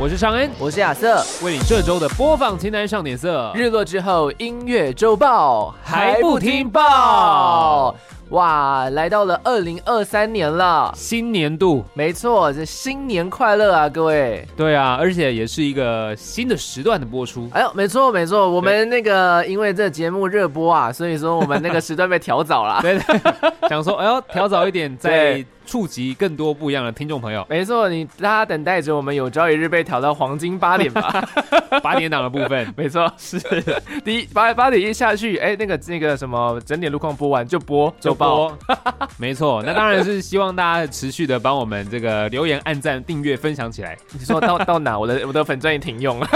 我是尚恩，我是亚瑟。为你这周的播放清单上点色。日落之后，音乐周报还不听报？哇，来到了二零二三年了，新年度，没错，这新年快乐啊，各位！对啊，而且也是一个新的时段的播出。哎呦，没错没错，我们那个因为这节目热播啊，所以说我们那个时段被调早 了。 对，对想说，哎呦，调早一点，再触及更多不一样的听众朋 友。没错，你大家等待着我们有朝一日被调到黄金八点吧。，八点档的部分没错，是第一八八点一下去，哎，那个那个什么整点路况播完就播周报，就播，没错。那当然是希望大家持续的帮我们这个留言、按赞、订阅、分享起来。你说到到哪？我的我的粉钻也停用了。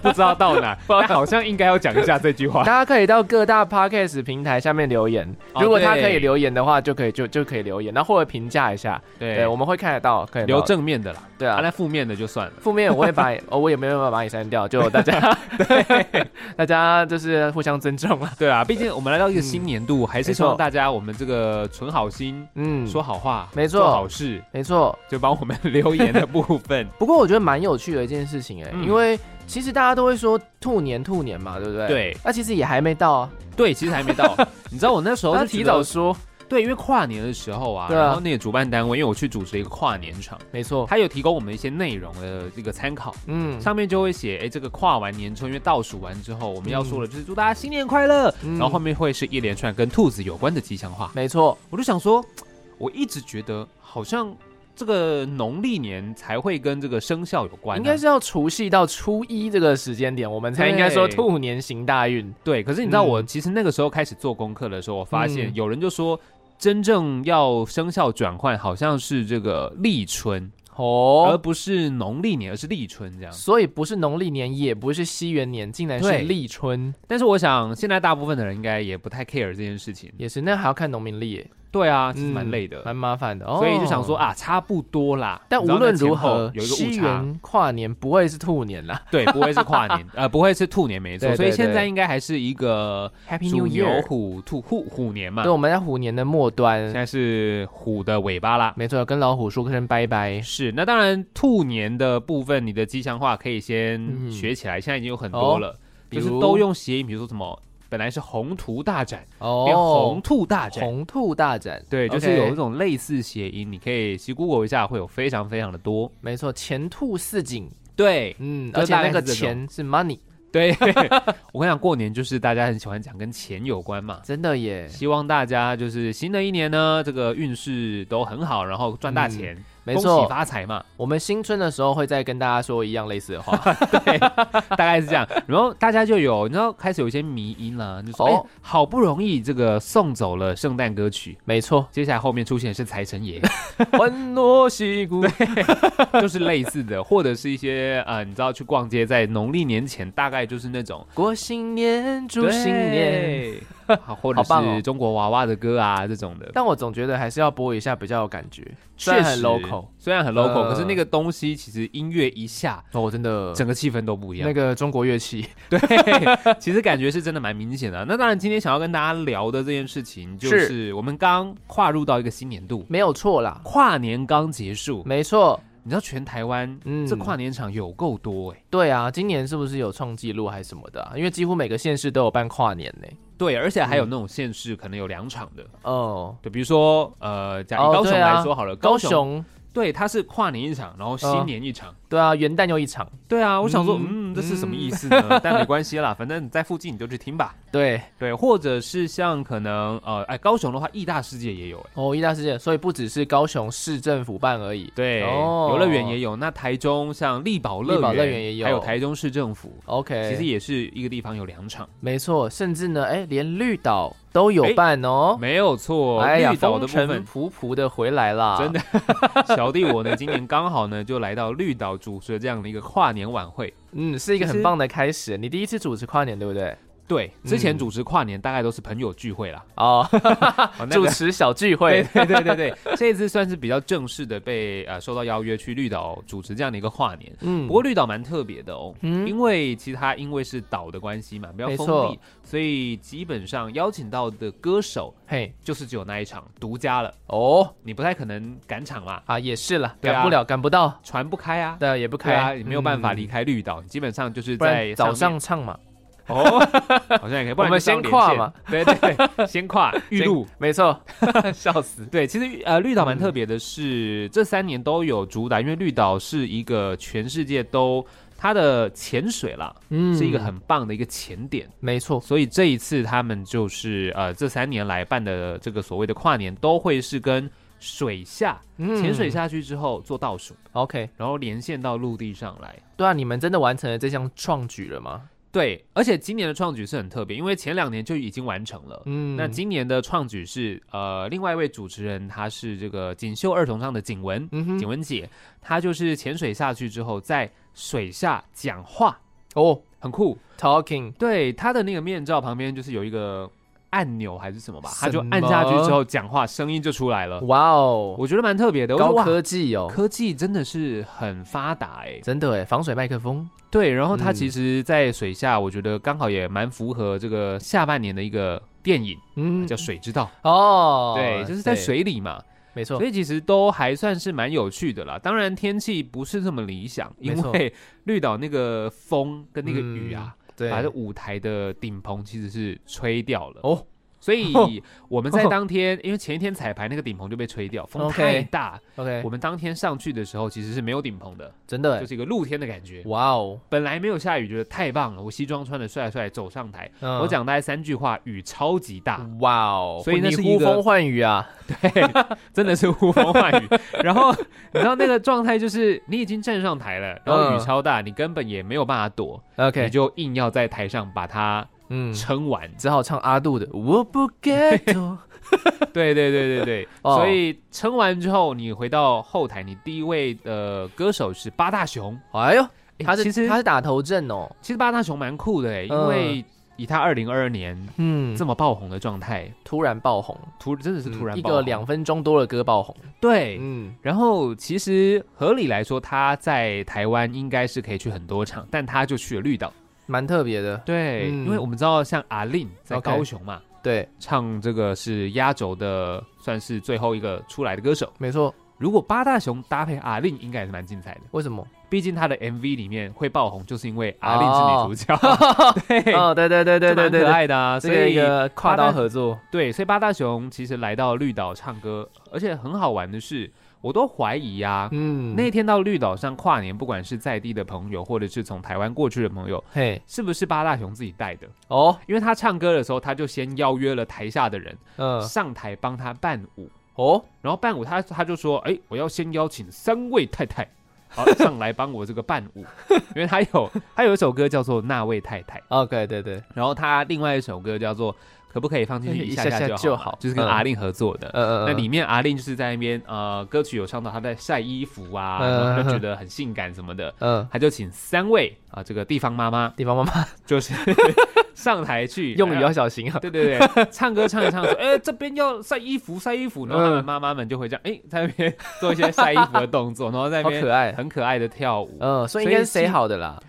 不知道到哪， 不知道好像应该要讲一下这句话 大。家可以到各大 podcast 平台下面留言，哦如果他对可以留言的话，就可以就就可以留言，然后或者评价一下，对，对，我们会看得到，可以留到正面的啦，对啊，啊。那负面的就算了。负面我会把，哦，我也没办法把你删掉，就大家，对，大家就是互相尊重了。对啊，毕竟我们来到一个新年度，还是希没望错大家我们这个存好心、嗯，说好话、没错做好事，没错。就帮我们留言的部分。不过我觉得蛮有趣的一件事情哎、嗯因为其实大家都会说兔年兔年嘛，对不对？对那其实也还没到啊， 对，其实还没到，你知道我那时候他就提觉得早说， 对，因为跨年的时候啊，哦对啊然后那个主办单位，因为我去主持了一个跨年场，没错，他有提供我们一些内容的这个参考。嗯，上面就会写，哎，这个跨完年之后，因为倒数完之后，我们要说的就是祝大家新年快乐，嗯然后后面会是一连串跟兔子有关的吉祥话。没错，我就想说，我一直觉得好像这个农历年才会跟这个生肖有关啊、应该是要除夕到初一这个时间点，我们才应该说对兔年行大运。对。可是你知道，嗯我其实那个时候开始做功课的时候，我发现嗯有人就说，真正要生肖转换，好像是这个立春，而哦，不是农历年，而是立春这样。所以不是农历年，也不是西元年，竟然是呃对立春，但是我想，现在大部分的人应该也不太 care 这件事情。也是那还要看农民历耶，对啊，其实嗯蛮累的，蛮麻烦的。哦所以就想说，啊，差不多啦。但你无知道论那前如后何，有一个误西差。元跨年不会是兔年啦。对，不会是跨年，呃，不会是兔年，没错。 对所以对现在对应该还是一个 Happy 鼠 New 牛 Year！虎兔虎虎年嘛对，，我们在虎年的末啊现端，在是虎的尾巴啦。没错，跟老虎说声拜拜。是，那当然兔年的部分，你的吉祥话可以先嗯学起来，现在已经有很多了，哦比就是如都用谐音，比如说什么，本来是宏图大展，哦变红兔大展。红兔大展，对，就是 OK 有一种类似谐音，你可以去 Google 一下，会有非常非常的多。没错，前兔似锦，对嗯，就而且大概那是个这种钱是 money，对， 我跟你讲，过年就是大家很喜欢讲跟钱有关嘛，真的耶。希望大家就是新的一年呢，这个运势都很好，然后赚大钱，嗯没恭喜错，发财嘛，我们新春的时候会再跟大家说一样类似的 话。 大概是这样。然后大家就有，你知道开始有一些迷音啦，就说、哦哎好不容易这个送走了圣诞歌曲，没 错，接下来后面出现的是财神爷， 欢乐喜鼓。就是类似的，或者是一些呃，你知道去逛街，在农历年前大概就是那种过新年，祝新年。对，好或 者好棒哦是中国娃娃的歌啊这种的。但我总觉得还是要播一下比较有感觉，虽确然实很 local。虽然很 local，、呃可是那个东西其实音乐一下，哦，真的，整个气氛都不一样那。个中国乐器，对， 其实感觉是真的蛮明显的。那当然，今天想要跟大家聊的这件事情，就是我们刚跨入到一个新年度，没有错啦，跨年刚结束，没错。你知道全台湾嗯这跨年场有够多哎、对啊，今年是不是有创纪录还是什么的、啊？因为几乎每个县市都有办跨年呢、对，而且还嗯有那种县市可能有两场的，哦，对，比如说呃，讲以哦高雄对啊来说好了，高雄雄，对它是跨年一场，然后新年一场。对啊，元旦又一场，对啊，我想说，嗯嗯，这是什么意思呢？但没关系啦， 反正你在附近你就去听吧。对，对，或者是像可能呃，哎，高雄的话，义大世界也有哎、哦，一大世界，所以不只是高雄市政府办而已。对，哦游乐园也有。那台中像力宝乐力宝园，乐园也有还有台中市政府， OK，其实也是一个地方有两场，没错，甚至呢，哎，连绿岛都有哎办哦。没有错。哎呀，绿岛的风部尘分，仆仆的回来啦，真的， 小弟我呢，今年刚好呢就来到绿岛主持了这样的一个跨年晚会。嗯，是一个其很实棒的开始。你第一次主持跨年，对不对？对，之嗯前主持跨年大概都是朋友聚会啦，哦， 哦那个主持小聚对会，对对对对，这一次算是比较正式的被呃受到邀约去绿岛主持这样的一个跨年。嗯不过绿岛蛮特别的哦，嗯因为其实它因为是岛的关系嘛，比较没封错闭，所以基本上邀请到的歌手嘿，就是只有那一场独家了，哦，你不太可能赶场嘛，啊，也是了，对啊赶不了，赶不到，船不开啊，对，也不对开啊，你没有办法离嗯开绿岛，你基本上就是不在然早面上唱嘛，哦， 好像也可以，不然我们就上先连跨线嘛，对对 对，先跨预录。没错，笑死，嗯对，其实呃，绿岛蛮特别的是，这三年都有主打，因为绿岛是一个全世界都它的潜水啦，嗯是一个很棒的一个潜点，没错，所以这一次他们就是呃，这三年来办的这个所谓的跨年，都会是跟水下潜水下下去之后做倒数，嗯，OK，然后连线到陆地上来。对啊，你们真的完成了这项创举了吗？对，而且今年的创举是很特别，因为前两年就已经完成了。嗯那今年的创举是呃，另外一位主持人，他是这个锦绣二重唱的景文，嗯哼景文姐，她就是潜水下去之后，在水下讲话，哦很酷。 ，talking，对，她的那个面罩旁边就是有一个按钮还是什么吧，她就什么按下去之后讲话，声音就出来了。哇哦，我觉得蛮特别的，我说高哇科技哦，呃啊科技真的是很发达哎、真的哎，防水麦克风，对，然后她嗯其实，在水下，我觉得刚好也蛮符合这个下半年的一个电影，嗯叫《水之道》。哦，对，就是在，水里嘛，没错所，以其实都还算是蛮有趣的啦。当然天气不是这么理想，因没错嗯为 绿岛那个风跟那个雨啊，对，把这舞台的顶棚其实是吹掉了。哦，所以我们在当天，因为前一天彩排那个顶棚就被吹掉，风 OK 太大。 OK，我们当天上去的时候其实是没有顶棚的，真的就耶，是一个露天的感觉。哇哦，本来没有下雨，觉得太棒了。我西装穿的帅帅走上台，嗯我讲大概三句话，雨超级大，哇哦，所以那你是一呼个风唤雨啊，真的是呼风唤 雨。然后你知道那个状态就是你已经站上台了，然后雨嗯超大，你根本也没有办法躲，你 OK，就硬要在台上把它嗯，撑完。只好唱阿杜的《我不 get 哦》 对对对对对， 哦所以撑完之后，你回到后台，你第一位的歌手是八大熊。哎呦，诶他是其实他是打头阵哦，其实八大熊蛮酷的诶，因嗯为以他二零二二年嗯，这么么爆红的状态，突然爆红，突真的是突然嗯一爆红个两分钟多的歌爆红，对。嗯，然后其实合理来说，他在台湾应该是可以去很多场，但他就去了绿岛。蛮特别的，对，嗯因为我们知道像阿令在 OK 高雄嘛对，唱这个是压轴的，算是最后一个出来的歌手。没错，如果八大熊搭配阿令，应该也是蛮精彩的。为什么？毕竟他的 MV 里面会爆红，就是因为阿令是女主角， 对，哦，对对对对对就蛮对可对，爱的啊。这所个一以个跨八刀大合作，对，所以八大熊其实来到绿岛唱歌，而且很好玩的是，我都怀疑啊。嗯，那天到绿岛上跨年，不管是在地的朋友，或者是从台湾过去的朋友，嘿，是不是八大熊自己带的？哦，因为他唱歌的时候，他就先邀约了台下的人嗯，上台帮他伴舞，哦，然后伴舞他他就说：“哎，我要先邀请三位 太太，好上来帮我这个伴舞，因为他有他有一首歌叫做《那位太太》， OK，对对，然后他另外一首歌叫做《可不可以放进去嗯一一下下下就就好嘛好》，就是跟嗯阿令合作的。嗯嗯，那里面阿令就是在那边呃，歌曲有唱到他在晒衣服啊，嗯然后他就觉得很性感什么的。”嗯，他就请三位啊，这个地方妈妈地方妈妈就是 上台去用哎语要小 心啊，对对对，唱歌唱 一唱说，哎、这边要晒衣服，晒衣服，然后他们嗯妈妈们就会这样，哎、在那边做一些晒衣服的动作，然后在那好边可爱，很可爱的跳舞。嗯，所以应该是所以谁是好的啦？可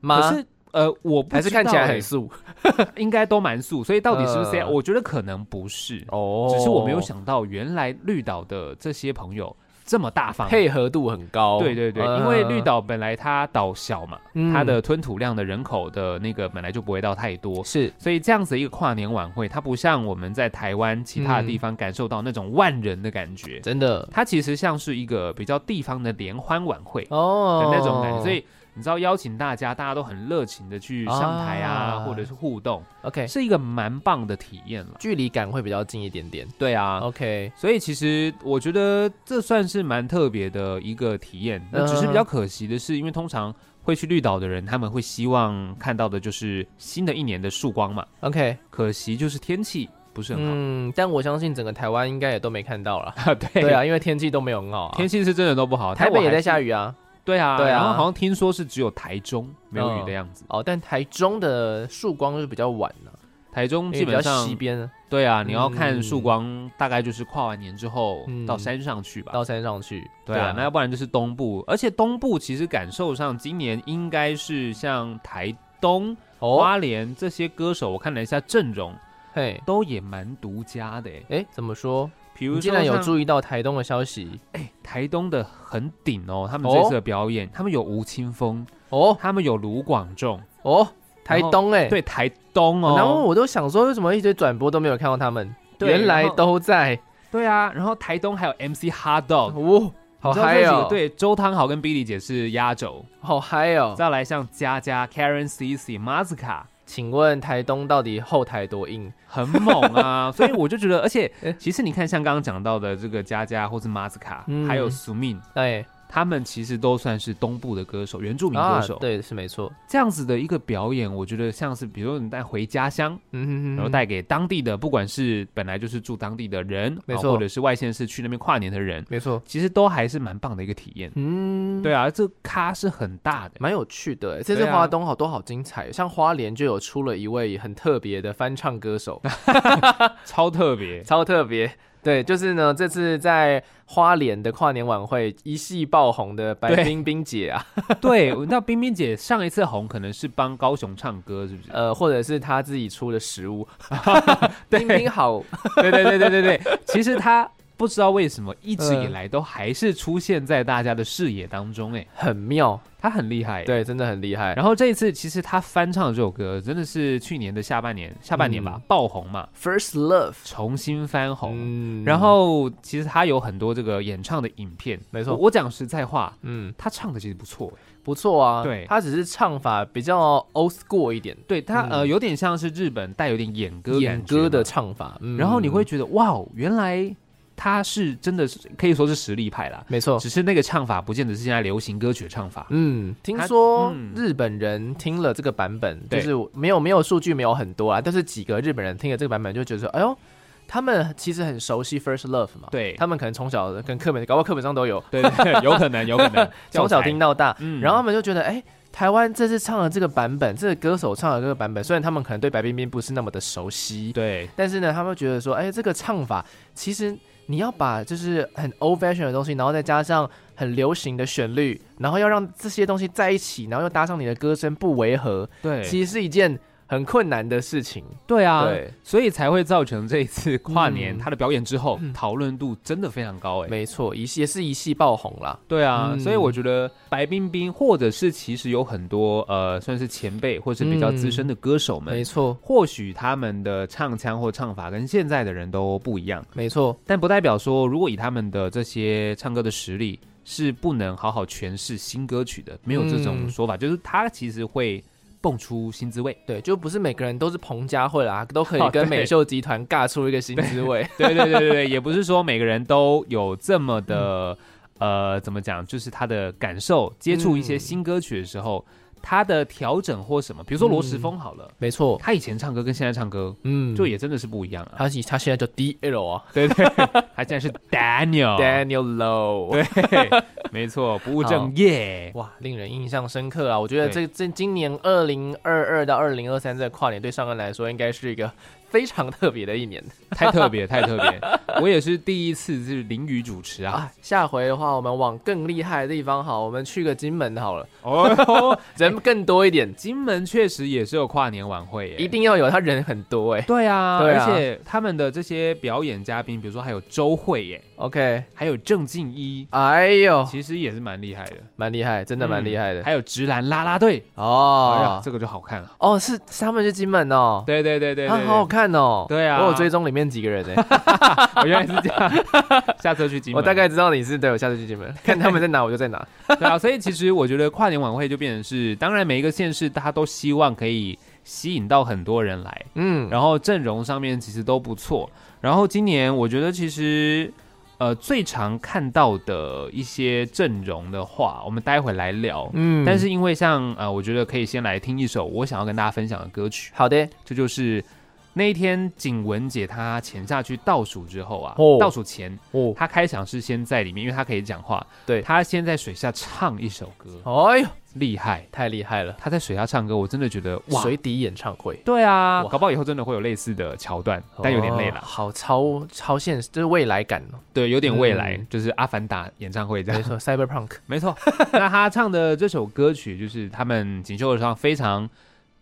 妈是呃，我不还是看起来很知素道 欸应该都蛮素，所以到底是不是谁、嗯我觉得可能不是，哦只是我没有想到原来绿岛的这些朋友这么大方。配合度很高。对对对，嗯因为绿岛本来它岛小嘛，嗯它的吞吐量的人口的那个本来就不会到太多，是所以这样子一个跨年晚会，它不像我们在台湾其他的地方感受到那种万人的感觉，真的它其实像是一个比较地方的联欢晚会的哦那种感觉，所以。你知道邀请大家，大家都很热情的去上台啊，啊或者是互动， OK 是一个蛮棒的体验了。距离感会比较近一点点。对啊， OK，所以其实我觉得这算是蛮特别的一个体验。那只是比较可惜的是，因为通常会去绿岛的人，他们会希望看到的就是新的一年的曙光嘛。 OK，可惜就是天气不是很好。嗯，但我相信整个台湾应该也都没看到了。 啊，对对，啊，因为天气都没有很好啊。天气是真的都不好。台但我北也还在是下雨啊。对啊，对啊然后好像听说是只有台中没有雨的样子，哦，但台中的曙光是比较晚了、台中因为基本比较上西边了对啊，你要看嗯曙光，大概就是跨完年之后嗯到山上去吧。到山上去。对啊，那要不然就是东部，而且东部其实感受上今年应该是像台东、哦，花莲这些歌手，我看了一下阵容，嘿，都也蛮独家的诶。欸哎，怎么说？比如你说竟然有像注意到台东的消息台东的很顶哦，他们这次的表演，他们有吴青峰，哦他们有卢广仲，哦，台东哎、对台东哦。然后哦，我都想说，为什么一堆转播都没有看到他们？对原来然后都在对啊，然后台东还有 MC Hot Dog，哦，好你知道嗨这几哦个，，对，周汤豪跟 Billy 姐是压轴，好嗨哦。再来像佳佳、Karen、Cici、Mazka，请问台东到底后台多硬？很猛 啊！所以我就觉得，而且诶其实你看，像刚刚讲到的这个佳佳或是 Mazka，、嗯还有 Sumin，哎，他们其实都算是东部的歌手，原住民歌啊手。，对，是没错。这样子的一个表演，我觉得像是，比如说你带回家乡，嗯哼哼，然后带给当地的，不管是本来就是住当地的人，没啊错或者是外县市去那边跨年的人，没错。其实都还是蛮棒的一个体验。嗯，对啊，这咖是很大的。蛮有趣的欸，这次对啊华东好多好精彩，像花莲就有出了一位很特别的翻唱歌 手， 超特别。超特别。对，就是呢，这次在花莲的跨年晚会一系爆红的白对冰冰姐 啊， 对，我知道冰冰姐上一次红可能是帮高雄唱歌，是不是？呃，或者是她自己出的食 物，冰冰好，对对对对对对。其实她不知道为什么一直嗯以来都还是出现在大家的视野当中，哎，很妙，她很厉害。。对，真的很厉害。然后这一次，其实她翻唱的这首歌真的是去年的下半年，下半年吧、嗯爆红嘛， First Love，重新翻红。嗯然后其实他有很多这个演唱的影片，没错我我讲实在话，嗯，他唱的其实不错，欸不错啊，对她只是唱法比较 old school 一点，对他、嗯呃有点像是日本带有点演歌演感觉歌的嘛唱法，嗯然后你会觉得哇，哦，原来他是真的是可以说是实力派啦，没错，只是那个唱法不见得是现在流行歌曲的唱法。哦嗯，听他说嗯日本人听了这个版本，就对是没有没有数据没有很多啊，但是几个日本人听了这个版本就觉得说，哎呦，他们其实很熟悉 First Love 嘛，对他们可能从小跟课本，搞不好课本上都有，，对对，对有可能，有可能 从小听到，到大，嗯然后他们就觉得，哎。台湾这次唱的这个版本，这个歌手唱的这个版本，虽然他们可能对白冰冰不是那么的熟悉，对但是呢，他们觉得说，哎，这个唱法其实你要把就是很 old fashion 的东西，然后再加上很流行的旋律，然后要让这些东西在一起，然后又搭上你的歌声不违和，对其实是一件很困难的事情。对啊，对所以才会造成这一次跨年、嗯他的表演之后、讨论度真的非常高哎、没错，一系也是一系爆红啦。对啊，嗯所以我觉得白冰冰，或者是其实有很多呃，算是前辈或是比较资嗯深的歌手们，没错，或许他们的唱腔或唱法跟现在的人都不一样，没错，但不代表说，如果以他们的这些唱歌的实力，是不能好好诠释新歌曲的，没有这种说法，就是他其实会蹦出新滋味。对，就不是每个人都是彭佳慧 啦，都可以哦跟对美秀集团尬出一个新滋 味。 对对对对对，也不是说每个人都有这么 的、呃，怎么讲，就是他的感受，接触一些新歌曲的时候，他的调整或什么，比如说罗时丰好了。没错，他以前唱歌跟现在唱歌，嗯，就也真的是不一样啊。他他现在叫 D L 啊、对对，他现在是 Daniel， Daniel Low。对，没错，不务正业。哇，令人印象深刻啊！我觉得这对这今年二零二二到二零二三这个跨年，对上岸来说应该是一个 非常特别的一年太特别，太特 别。我也是第一次是淋雨主持啊。啊！下回的话，我们往更厉害的地方好，我们去个金门好了，哦，人更多一点，金门确实也是有跨年晚会耶，一定要有，他人很多哎、对啊，对啊而且他们的这些表演嘉宾，比如说还有周慧耶， OK，还有郑敬一，哎呦，其实也是蛮厉害的，嗯蛮厉害，真的蛮厉害的、还有直男啦啦队，哎呀哦这个就好看了。哦，是是他们去金门哦，对对对对啊对，好好看哦，对啊我有追踪里面几个人哎、我原来是 这样，下车去金门。我大概知道你是对，我下次去金门，看他们在哪我就在哪， 对啊，所以其实我觉得跨年晚会就变成是，当然每一个县市大家都希望可以吸引到很多人来， 嗯，然后阵容上面其实都不错。然后今年我觉得其实呃最常看到的一些阵容的话，我们待会来聊。嗯但是因为像呃，我觉得可以先来听一首我想要跟大家分享的歌曲，好的，这就是那一天景文姐她潜下去倒数之后啊，哦倒数前哦，她开场是先在里面，因为她可以讲话，对她先在水下唱一首歌，哎呦，厉害！太厉害了！她在水下唱歌，我真的觉得哇，水底演唱会，对啊，哇搞不好以后真的会有类似的桥段，但有点累了哦，好超超现实，就是未来感 哦。对，有点未来，嗯就是《阿凡达》演唱会这样没。错，Cyberpunk，没错， 那他唱的这首歌曲就是他们锦绣的上非常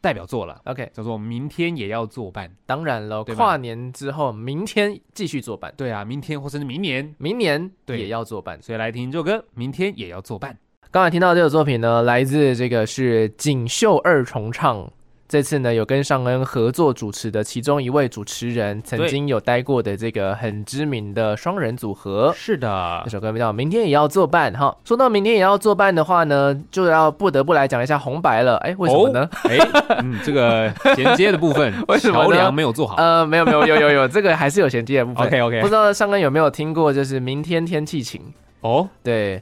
代表作了， OK，叫做《明天也要作伴》。当然了，对吧跨年之后，明天继续作伴，对啊，明天或甚至明年，明年对也要作伴。所以来听这首歌，《明天也要作伴》。刚才听到这首作品呢，来自这个是锦绣二重唱。这次呢，有跟尚恩合作主持的其中一位主持人，曾对经有待过的这个很知名的双人组合。是的 这，首歌名叫《明天也要作伴》哈。说到明天也要作伴的话呢，就要不得不来讲一下红白了。哎，为什么呢？哎，嗯，这个衔接的部 分为什么呢桥梁没有做好。呃，没有没有有有有，这个还是有衔接的部分。 OK 不 OK，知道上恩有没有听过，就是《明天天气晴》。哦，对，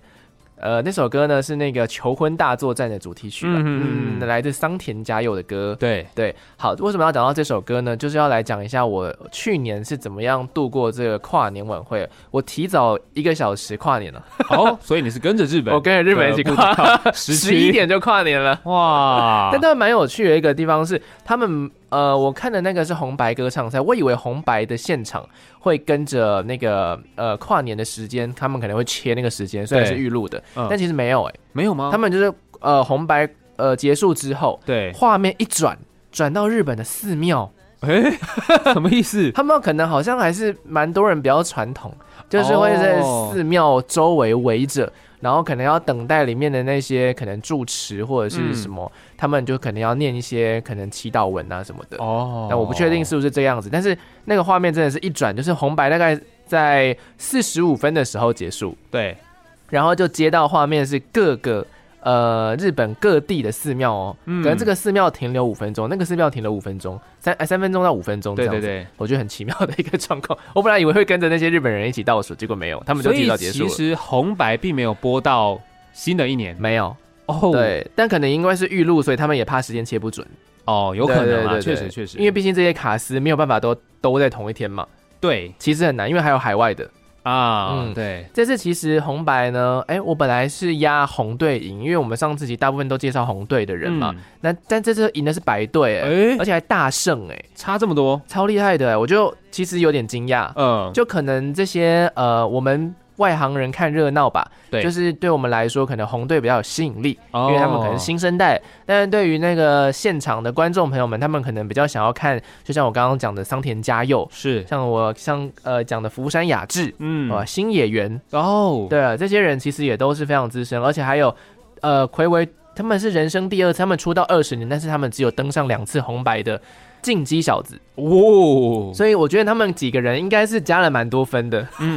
呃，那首歌呢是那个《求婚大作战》的主题曲啊，嗯嗯嗯嗯来自桑田佳佑的歌。 对，对，好，为什么要讲到这首歌呢？就是要来讲一下我去年是怎么样度过这个跨年晚会。我提早一个小时跨年了，哦，所以你是跟着日本，我跟着日本一起跨， 十十一，点就跨年了。哇，但他们蛮有趣的一个地方是，他们呃，我看的那个是红白歌唱赛，我以为红白的现场会跟着那个呃跨年的时间，他们可能会切那个时间，虽然是对预录的，嗯但其实没有哎、没有吗？他们们就是呃红白呃结束之后，对， 画面一转。转到日本的寺庙，哎，什么意思？ 他们可能好像还是蛮多人比较传统，就是会在哦寺庙周围围着，然后可能要等待里面的那些可能住持或者是什么，他们就可能要念一些可能祈祷文啊什么的。嗯哦但我不确定是不是这样子，但是那个画面真的是一转就是红白，大概在四十五分的时候结束，对，然后就接到画面是各个呃日本各地的寺庙哦，嗯可能这个寺庙停留五分钟，那个寺庙停留五分钟，三哎三分钟到五分钟这对样子，对对，我觉得很奇妙的一个状况。我本来以为会跟着那些日本人一起倒数，结果没有，他们就所提以早结束其了。实红白并没有播到新的一年没有，哦，，对，但可能因为是预录，所以他们也怕时间切不准，哦，有可能啊，对对对确对实确实，因为毕竟这些卡司没有办法都都在同一天嘛，对其实很难，因为还有海外的。啊，嗯对，这次其实红白呢，哎，我本来是压红队赢，因为我们上次集大部分都介绍红队的人嗯嘛，那但这次赢的是白队，哎、嗯，哎而，且还大胜，哎，差这么多，超厉害的，哎，我就其实有点惊讶，嗯，就可能这些呃我们。外行人看热闹吧，对哦就是对我们来说，可能红队比较有吸引力，因因为他们可能新生代。但是对于那个现场的观众朋友们，他们可能比较想要看，就像我刚刚讲的桑田佳佑，是，像我像呃讲的福山雅治，嗯，啊、星野源，哦，对啊，这些人其实也都是非常资深，而且还有，呃，魁违他们是人生第二次，他们出道二十年，但是他们只有登上两次红白的进击小子，哇，所以我觉得他们几个人应该是加了蛮多分的。嗯，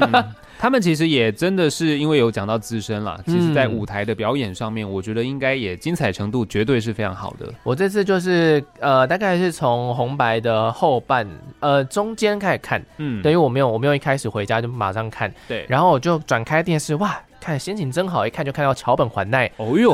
他们其实也真的是因为有讲到自身啦，其实，在嗯舞台的表演上面，我觉得应该也精彩程度绝对是非常好的。我这次就是呃，大概是从红白的后半呃中间开始看，嗯，等于我没有我没有一开始回家就马上看，对，然后我就转开电视，哇，看心情真好，一看就看到桥本环奈。哦哟，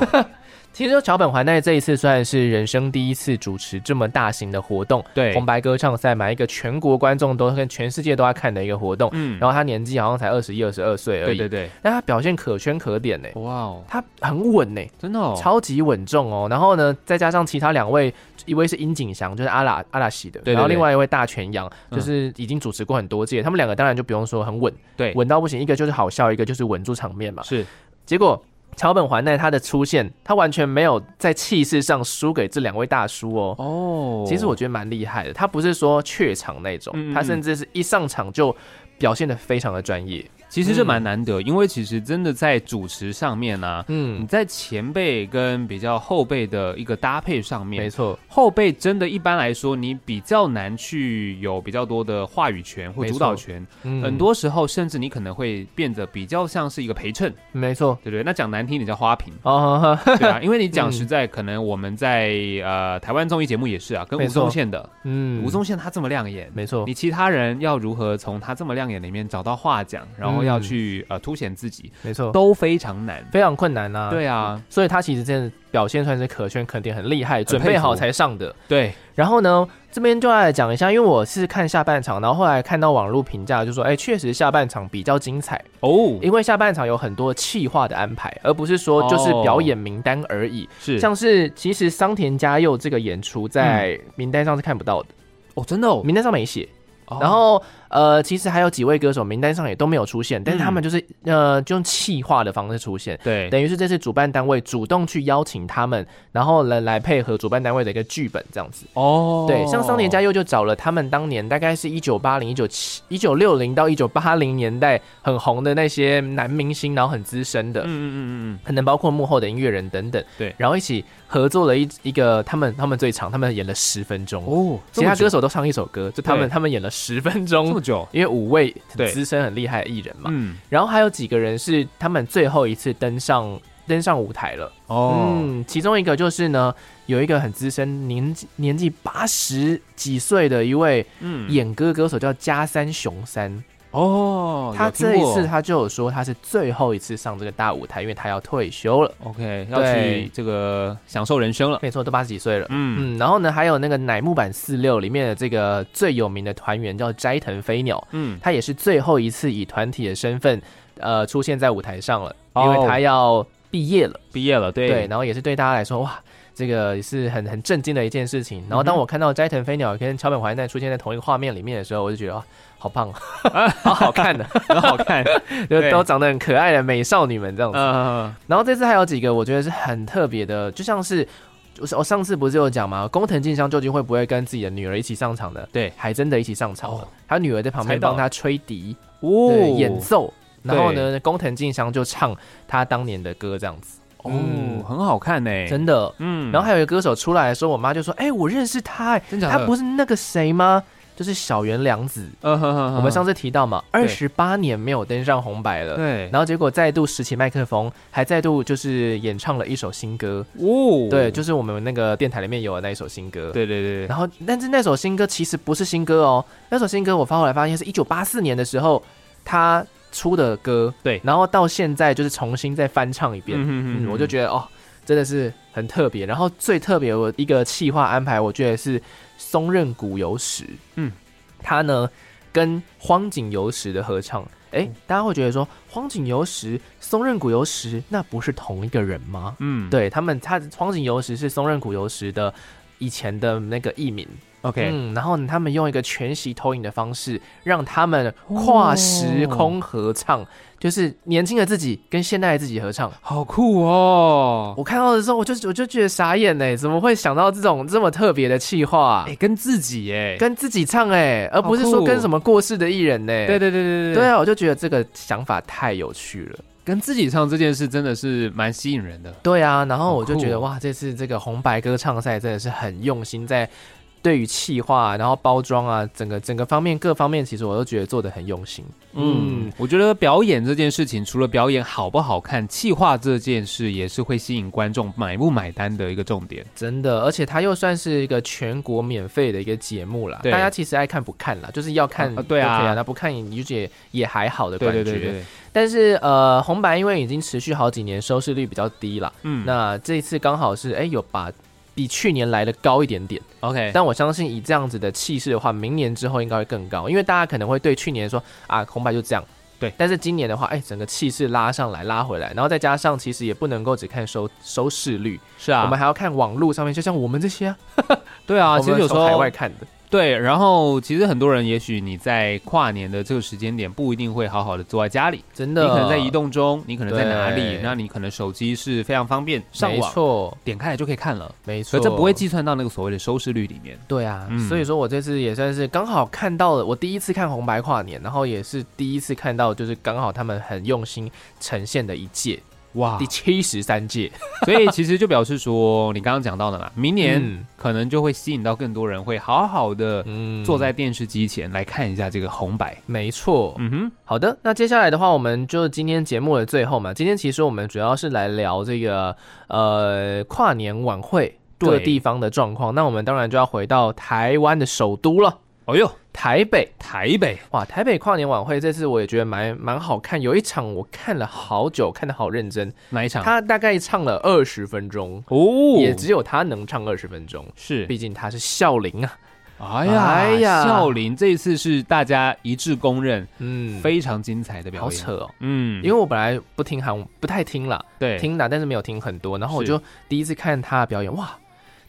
其实桥本环奈这一次算是人生第一次主持这么大型的活动。对红，白歌唱赛买一个全国观众都跟全世界都在看的一个活动。嗯，然后他年纪好像才二十一、二十二岁而对已，对对，但他表现可圈可点呢、哇哦，他很稳呢、真的哦，超级稳重哦。然后呢，再加上其他两位，一位是殷景祥，就是阿拉阿拉西的，对对然后另对外一位大泉洋，嗯就是已经主持过很多届，他们两个当然就不用说很稳，哎对，稳到不行，一个就是好笑，一个就是稳住场面嘛。是，结果桥本环奈他的出现，他完全没有在气势上输给这两位大叔哦。哦，其实我觉得蛮厉害的，他不是说怯场那种，嗯嗯嗯他甚至是一上场就表现的非常的专业。其实这蛮难得，因为其实真的在主持上面呢、你嗯，在前辈跟比较后辈的一个搭配上没面，错，后辈真的一般来说你比较难去有比较多的话语权或没错主导权，嗯很多时候甚至你可能会变得比较像是一个陪衬，没错。，对不对？那讲难听点叫花瓶 哦，呵呵对啊，因为你讲嗯实在，可能我们在呃台湾综艺节目也是啊，跟没吴错宗宪的，嗯吴宗宪他这么亮眼，没错，你其他人要如何从他这么亮眼里面找到话讲，然后要嗯哦去、呃凸显自己，没错，都非常难。非常困难呐、，对啊，所以他其实真的表现算是可圈可点，很厉害，准备佩服好才上的。对，然后呢，这边就要来讲一下，因为我是看下半场，然后后来看到网络评价就说，哎，确实下半场比较精彩，哦，因为下半场有很多气化的安排，而不是说就是表演名单而已。哦是像是其实桑田佳佑这个演出在名单上是看不到的，嗯哦，真的、哦，名单上没写。哦然后呃，其实还有几位歌手名单上也都没有出现，但是他们嗯就是、呃就用气化的方式出现。对，等于是这次主办单位主动去邀请他们，然后来来配合主办单位的一个剧本这样子。哦，对，像桑田佳佑就找了他们当年大概是一九八零、一九七、一九六零到一九八零年代很红的那些男明星，然后很资深的，嗯嗯嗯嗯可能包括幕后的音乐人等等，对然后一起合作了一一个他们他们最长，他们演了十分钟，嗯，哦，其他歌歌手都唱一首歌，就他们对他们演了十分这么钟，久，因为五位很对资深很厉害的艺人嘛，嗯，然后还有几个人是他们最后一次登上登上舞台了。哦，嗯，其中一个就是呢，有一个很资深，年纪年纪八十几岁的一位嗯，演歌歌手叫加山雄三，哦，他有听这一过次他就有说他是最后一次上这个大舞台，因为他要退休了， OK 要对去这个享受人生了，没错，都八十几岁了。嗯，嗯，然后呢，还有那个乃木坂四六里面的这个最有名的团员叫斋藤飞鸟，嗯，他也是最后一次以团体的身份，呃，出现在舞台上了，因为哦他要毕业了。毕业了，对对，然后也是对大家来说，哇，这个也是很很震惊的一件事情。嗯然后当我看到斋藤飞鸟跟桥本环奈出现在同一个画面里面的时候，我就觉得哇，好棒，啊 好好看的， 很好 看，就对都长得很可爱的美少女们这样子。嗯，然后这次还有几个我觉得是很特别的，就像是。我我上次不是有讲吗？工藤静香究竟会不会跟自己的女儿一起上场呢？对还真的一起上场了。哦他女儿在旁边猜到帮他吹笛、哦对，演奏，然后对呢，工藤静香就唱他当年的歌，这样子，哦嗯，很好看呢，真的嗯，然后还有一个歌手出来说，我妈就说：“哎、我认识他、哎，真假的他不是那个谁吗？就是小原良子。嗯哼哼哼我们上次提到嘛，二对十八年没有登上红白了，对，然后结果再度拾起麦克风，还再度就是演唱了一首新歌，哦，对，就是我们那个电台里面有的那一首新歌。对对对对，然后，但是那首新歌其实不是新歌哦，那首新歌我发后来发现是一九八四年的时候他出的歌，对然后到现在就是重新再翻唱一遍，嗯哼嗯，哼我就觉得哦，真的是很特别。然后最特别我一个企划安排，我觉得是松任谷由实，嗯，他呢跟荒井由实的合唱。哦诶，大家会觉得说荒井由实、松任谷由实那不是同一个人吗？嗯对他们，他荒井由实是松任谷由实的以前的那个艺名， ，OK，嗯，然后呢他们用一个全息投影的方式，让他们跨时哦空合唱，就是年轻的自己跟现代的自己合唱。好酷哦，我看到的时候，我就我就觉得傻眼嘞，怎么会想到这种这么特别的气话、哎，跟自己哎，跟自己唱哎，而不是好说酷哦跟什么过世的艺人呢？对对对对对啊，我就觉得这个想法太有趣了。跟自己唱这件事真的是蛮吸引人的，对啊，然后好我就觉得、酷哦哇，这次这个红白歌唱赛真的是很用心在。对于气化、然后包装啊，整个整个方面各方面，其实我都觉得做的很用心。嗯嗯，，我觉得表演这件事情，除了表演好不好看，气化这件事也是会吸引观众买不买单的一个重点。真的，而且它又算是一个全国免费的一个节目啦，对大家其实爱看不看啦，就是要看啊对啊就可以那不看也也也还好的对感对觉。对对，但是呃，红白因为已经持续好几年，收视率比较低啦，嗯那这一次刚好是哎有把。比去年来的高一点点， OK，但我相信以这样子的气势的话，明年之后应该会更高，因为大家可能会对去年说啊红白就这样，对但是今年的话，哎整个气势拉上来拉回来，然后再加上其实也不能够只看收收视率，是啊，我们还要看网络上面，就像我们这些啊，对啊，我其们实有时从海候外看的，对，然后其实很多人也许你在跨年的这个时间点不一定会好好的坐在家里，真你的，可能在移动中，你可能在哪对里，那你可能手机是非常方便上没网，错，点开来就可以看了，没错，所以这不会计算到那个所谓的收视率里面。对啊，嗯所以说我这次也算是刚好看到了，我第一次看红白跨年，然后也是第一次看到，就是刚好他们很用心呈现的一届，哇第，七十三届，所以其实就表示说，你刚刚讲到的嘛，明年。嗯可能就会吸引到更多人，会好好的嗯坐在电视机前来看一下这个红白。没错。嗯哼，好的，那接下来的话，我们就今天节目的最后嘛，今天其实我们主要是来聊这个呃跨年晚会各对地方的状况，那我们当然就要回到台湾的首都了。哦呦，台北。台北哇，台北跨年晚会这次我也觉得蛮蛮好看，有一场我看了好久，看的好认真，哪一场？他大概唱了二十分钟，哦，也只有他能唱二十分钟，是，毕竟他是孝龄啊，哎呀哎哎呀呀，笑林这一次是大家一致公认嗯，非常精彩的表好演，扯哦。嗯，因为我本来不听韩，不太听啦，对，听啦，但是没有听很多。然后我是就第一次看他的表演，哇，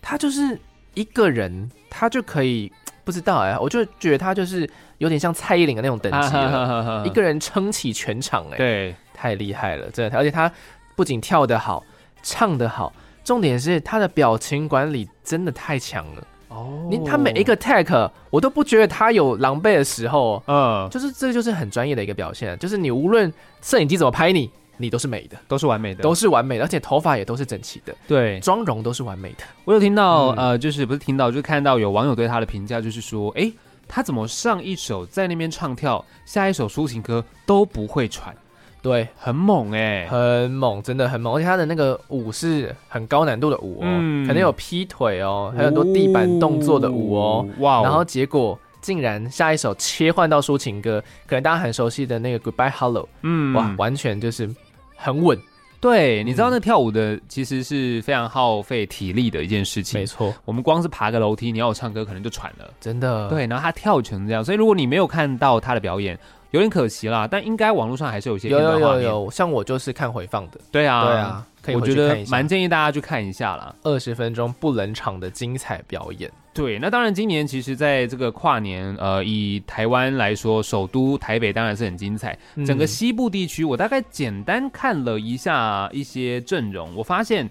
他就是一个人，他就可以不知道哎、我就觉得他就是有点像蔡依林的那种等啊级了，了一个人撑起全场哎、对太厉害了，真的。而且他不仅跳得好，唱得好，重点是他的表情管理真的太强了。哦你他每一个 tag 我都不觉得他有狼狈的时候哦，呃就是这就是很专业的一个表现，啊就是你无论摄影机怎么拍你，你都是美的，都是完美的，都是完美的，而且头发也都是整齐的，对。妆容都是完美的。我有听到、嗯呃，就是不是听到，就是看到有网友对他的评价，就是说，哎，他怎么上一首在那边唱跳，下一首抒情歌都不会喘，对，很猛哎、很猛，真的很猛，而且他的那个舞是很高难度的舞哦，嗯可能有劈腿哦，还有很多地板动作的舞哦，，哇然后结果竟然下一首切换到抒情歌，可能大家很熟悉的那个 Goodbye Hello，、嗯哇，完全就是很稳，对，你知道那跳舞的其实是非常耗费体力的一件事情。错，我们光是爬个楼梯，你要我唱歌可能就喘了。真的，，对，然后他跳成这样，所以如果你没有看到他的表演，有点可惜啦。但应该网络上还是有一些有片有段画有面。有，像我就是看回放的，对啊，对啊，可以我回觉去看得一下，蛮建议大家去看一下啦。二十分钟不冷场的精彩表演，对，那当然，今年其实在这个跨年，呃，以台湾来说，首都台北当然是很精彩。整个嗯西部地区，我大概简单看了一下一些阵容，我发现，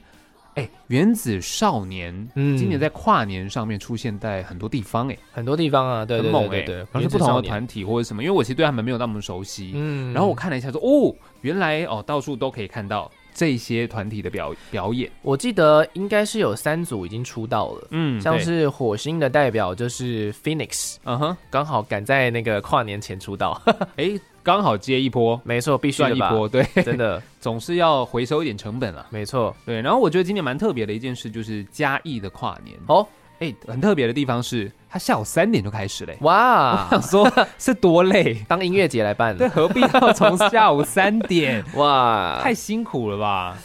哎，原子少年嗯今年在跨年上面出现在很多地方、哎，很多地方啊，对很对猛对哎、对对，而原是子不同少的年，团体或者什么，因为我其实对他们没有那么熟悉。嗯然后我看了一下说，哦，原来哦，到处都可以看到这些团体的表表演。我记得应该是有三组已经出道了。嗯像对是火星的代表就是 Phoenix，嗯哼，刚好赶在那个跨年前出道， 哎，刚好接一波，没错，必须赚的一吧？波，对， 真的，总是要回收一点成本啦。没错。对，然后我觉得今年蛮特别的一件事就是嘉义的跨年。哦，哎、很特别的地方是，它下午三点就开始嘞。 哇，想说是多累，当音乐节来办对，何必要从下午三点？ 哇，太辛苦了吧？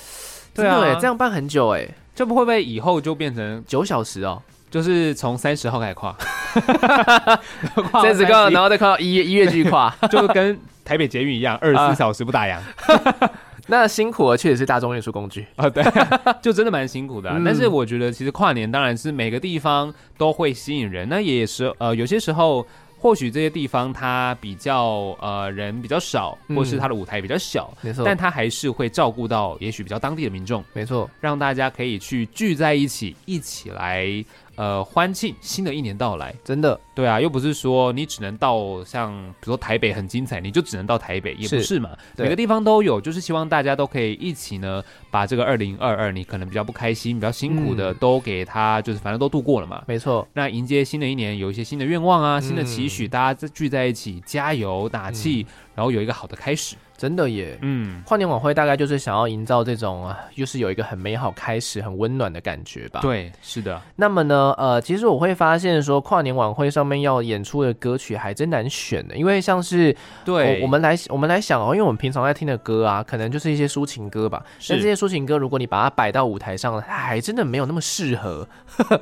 真对的耶啊，这样办很久哎，这不会不会以后就变成九小时哦，就是从三十号开 始跨，跨三十个，呢然后再跨到 一月一月巨跨，就跟台北捷运一样，二十啊四小时不打烊啊、那辛苦了，确实是大众运输工 具，对， 就真的蛮辛苦的啊、啊嗯但是我觉得其实跨年当然是每个地方都会吸引人，那也是呃有些时候。或许这些地方它比较呃人比较少，嗯或是它的舞台比较小，没错但他还是会照顾到也许比较当地的民众，没错，让大家可以去聚在一起，一起来呃欢庆新的一年到来。真的对啊，又不是说你只能到像比如说台北很精彩，你就只能到台北，也不是是嘛，对每个地方都有，就是希望大家都可以一起呢，把这个二零二二你可能比较不开心、比较辛苦的、嗯都给他，就是反正都度过了嘛。没错，那迎接新的一年，有一些新的愿望啊，新的嗯期许，大家再聚在一起加油打气，然后有一个好的开始。真的耶。嗯，跨年晚会大概就是想要营造这种啊，又是有一个很美好开始、很温暖的感觉吧。，对，啊是的。那么呢，呃，其实我会发现说，跨年晚会上面要演出的歌曲还真难选的，因为像是对，我我们来我们来想哦，因为我们平常在听的歌啊，可能就是一些抒情歌吧。但这是些抒情歌，如果你把它摆到舞台上，它还真的没有那么适合，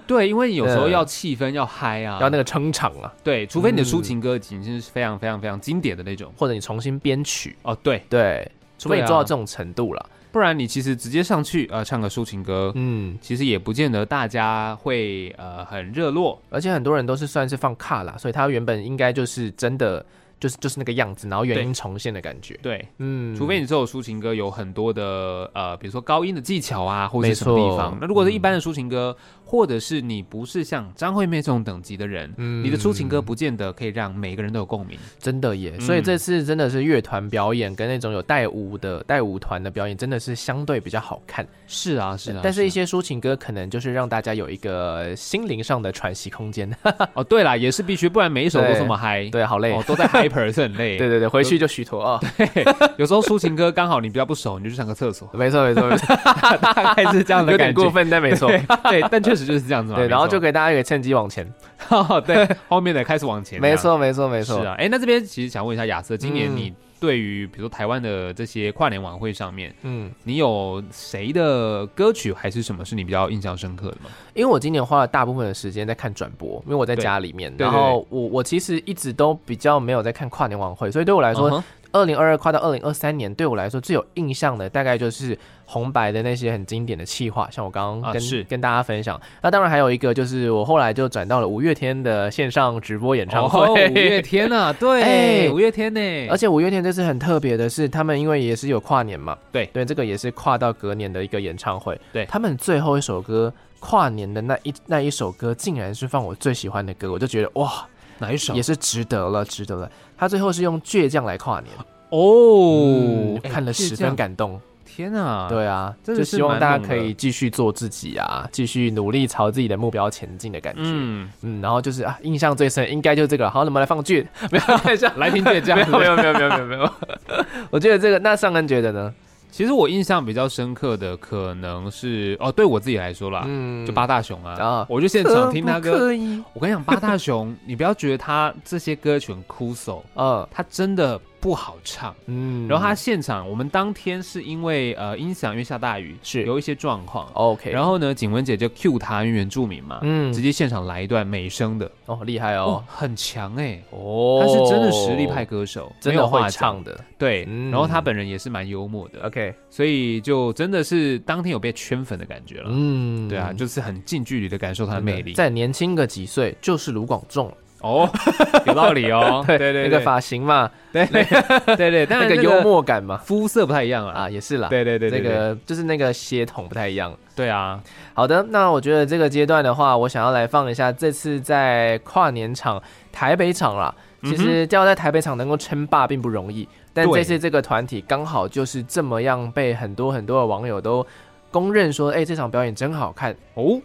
对，因为有时候呃要气氛要嗨啊，要那个撑场啊，对，除非你的抒嗯情歌已经是非常非常非常经典的那种或者你重新编曲，哦，对，对，除非你对啊做到这种程度了。不然你其实直接上去呃唱个抒情歌，嗯，其实也不见得大家会呃很热络，而且很多人都是算是放卡啦，所以他原本应该就是真的就是就是那个样子，然后原音重现的感觉。对，嗯，除非你这首抒情歌有很多的呃，比如说高音的技巧啊，或者没是什么地错方。那如果是一般的抒情歌，或者是你不是像张惠妹这种等级的人，嗯你的抒情歌不见得可以让每个人都有共鸣。真的耶，嗯所以这次真的是乐团表演跟那种有带舞的带舞团的表演，真的是相对比较好看。是啊，是啊，但是一啊些抒情歌可能就是让大家有一个心灵上的喘息空间。 哦，对啦，也是必须，不然每一首都对这么嗨，对，好累 哦，，都在嗨 hyper 是很累。对对对，回去就许陀 啊，，有时候抒情歌刚好你比较不熟，你就去上个厕所 没错没错没错，大概是这样的有感点觉。过分，但没 错。对对，但确实就是这样子嘛。对，没然后错就给大家一个趁机往前， 对后面的开始往前。没，错没错没错是。啊。哎，那这边其实想问一下亚瑟，今年嗯你对于比如说台湾的这些跨年晚会上面，嗯，你有谁的歌曲还是什么是你比较印象深刻的吗？因为我今年花了大部分的时间在看转播，因为我在对家里面，对然对后我我其实一直都比较没有在看跨年晚会，所以对我来说，嗯哼二零二二跨到二零二三年，对我来说最有印象的大概就是红白的那些很经典的企划，像我刚刚啊跟、是跟大家分享。那当然还有一个就是我后来就转到了五月天的线上直播演唱会。哦，五月 天啊，对，哎五月天呢，而且五月天这次很特别的是，他们因为也是有跨年嘛，对对，这个也是跨到隔年的一个演唱会。对他们最后一首歌跨年的那一那一首歌，竟然是放我最喜欢的歌，我就觉得哇，哪一首也？是值得了，值得了。他最后是用倔强来跨年，哦嗯，看了十分感。感动。天啊，对啊，真就的是希望蛮大家猛可的以继续做自己啊，继续努力朝自己的目标前进的感觉。嗯嗯，，然后就是啊，印象最深应该就是这个了。好，那我们来放剧，没有看一下来听倔强 没。有没有没有没有没有没有。我觉得这个，那上恩觉得呢？其实我印象比较深刻的可能是哦，对我自己来说啦，嗯就八大雄啊啊，我就现场听他歌。可以，我跟你讲，八大雄， 你不要觉得他这些歌全枯手，嗯他真的不好唱。嗯然后他现场，我们当天是因为呃音响因为下大雨，是有一些状况。 OK，然后呢，景文姐就 cue 他，因为原住民嘛，嗯直接现场来一段美声的，哦厉害哦哦，，很强哎，哦他是真的实力派，歌手，真没的有话会讲唱的。对，嗯然后他本人也是蛮幽默的， OK，所以就真的是当天有被圈粉的感觉了。嗯对啊，就是很近距离的感受他的魅力。再年轻个几岁就是卢广仲，哦， 有道 理哦。 对对对，那个发型嘛， 对对对 对，但那是个幽默感嘛，肤色不太一样啊。啊也是啦，对对对，对这个就是那个血统不太一样。对对啊，好的，那我觉得这个阶段的话，我想要来放一下这次在跨年场台北场啦。其实要在台北场能够称霸并不容易，但嗯对这次这个团体刚好就是这么样被很多很多的网友都公认说，哎、这场表演真好看。哦，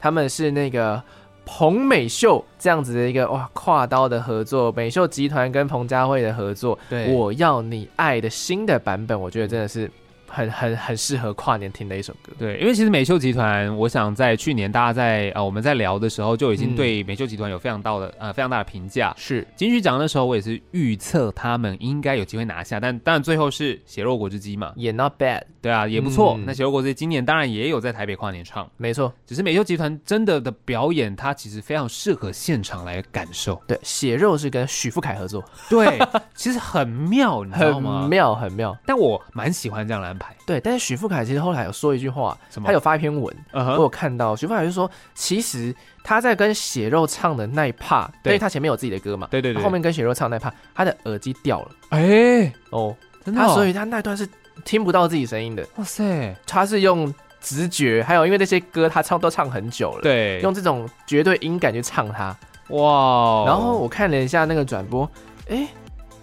他们是那个彭美秀这样子的一个哇跨刀的合作，美秀集团跟彭佳慧的合作，对，我要你爱的新的版本，我觉得真的是很很很适合跨年听的一首歌。对，因为其实美秀集团，我想在去年大家在呃我们在聊的时候就已经嗯对美秀集团有非常大的呃非常大的评价。是，金曲奖的时候，我也是预测他们应该有机会拿下，但当然最后是血肉果汁机嘛，也 not bad，对啊，也不错。嗯那血肉果汁机今年当然也有在台北跨年唱，没错，只是美秀集团真的的表演，它其实非常适合现场来感 受。对，血肉是跟许富凯合作，对，其实很妙，你知道很吗？妙很妙。但我蛮喜欢这样的安排，对，但是许富凯其实后来有说一句话，什么？他有发一篇文，嗯我哼，有看到许富凯就说，其实他在跟血肉唱的那一 part，因对为他前面有自己的歌嘛，对对他对，后面跟血肉唱的那一 part，他的耳机掉了哎，哦，真的哦，他所以他那段是听不到自己声音的，哇塞，他是用直觉，还有因为那些歌他唱都唱很久了，，对，用这种绝对音感去唱它，哇哦，然后我看了一下那个转播，哎，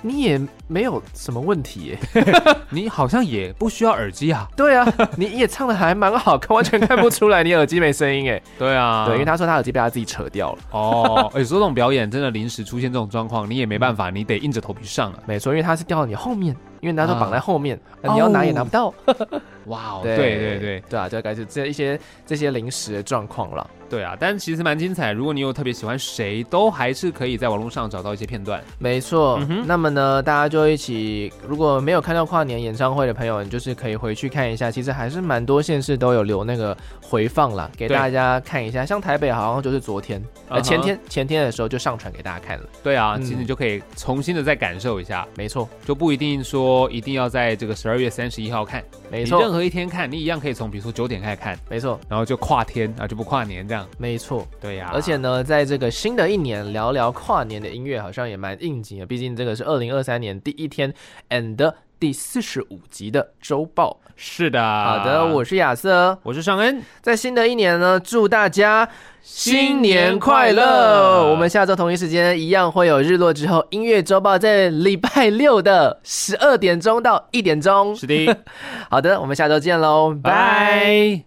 你也没有什么问题耶。你好像也不需要耳机啊，对啊，你也唱的还蛮好看，完全看不出来你耳机没声音哎。对 啊，对，因为他说他耳机被他自己扯掉了， 哦，有时候这种表演真的临时出现这种状况，你也没办法，嗯你得硬着头皮上啊。没错，因为他是掉到你后面，因为他说绑在后面，那啊你要拿也拿不到。哇哦，对对对对啊，就该是这一些这些临时的状况了。对啊！但其实蛮精彩，如果你有特别喜欢谁，都还是可以在网络上找到一些片段。没错，嗯哼那么呢，大家就一起，如果没有看到跨年演唱会的朋友，你就是可以回去看一下，其实还是蛮多县市都有留那个回放啦，给对大家看一下。像台北好像就是昨天，呃，嗯哼前天前天的时候就上传给大家看了。对啊，嗯其实你就可以重新的再感受一下，没错，就不一定说一定要在这个十二月三十一号看，没你任错，何一天看，你一样可以从比如说九点开始看，没错，然后就跨天啊，就不跨年这样。没错。对呀、而且呢，在这个新的一年聊聊跨年的音乐，好像也蛮应景的。啊毕竟这个是二零二三年第一天，and 第四十五集的周报。是的，好的，我是亚瑟。我是尚恩，在新的一年呢，祝大家新年快乐我们下周同一时间一样会有日落之后音乐周报，在礼拜六的十二点钟到一点钟。是的，好的，我们下周见喽，拜。拜。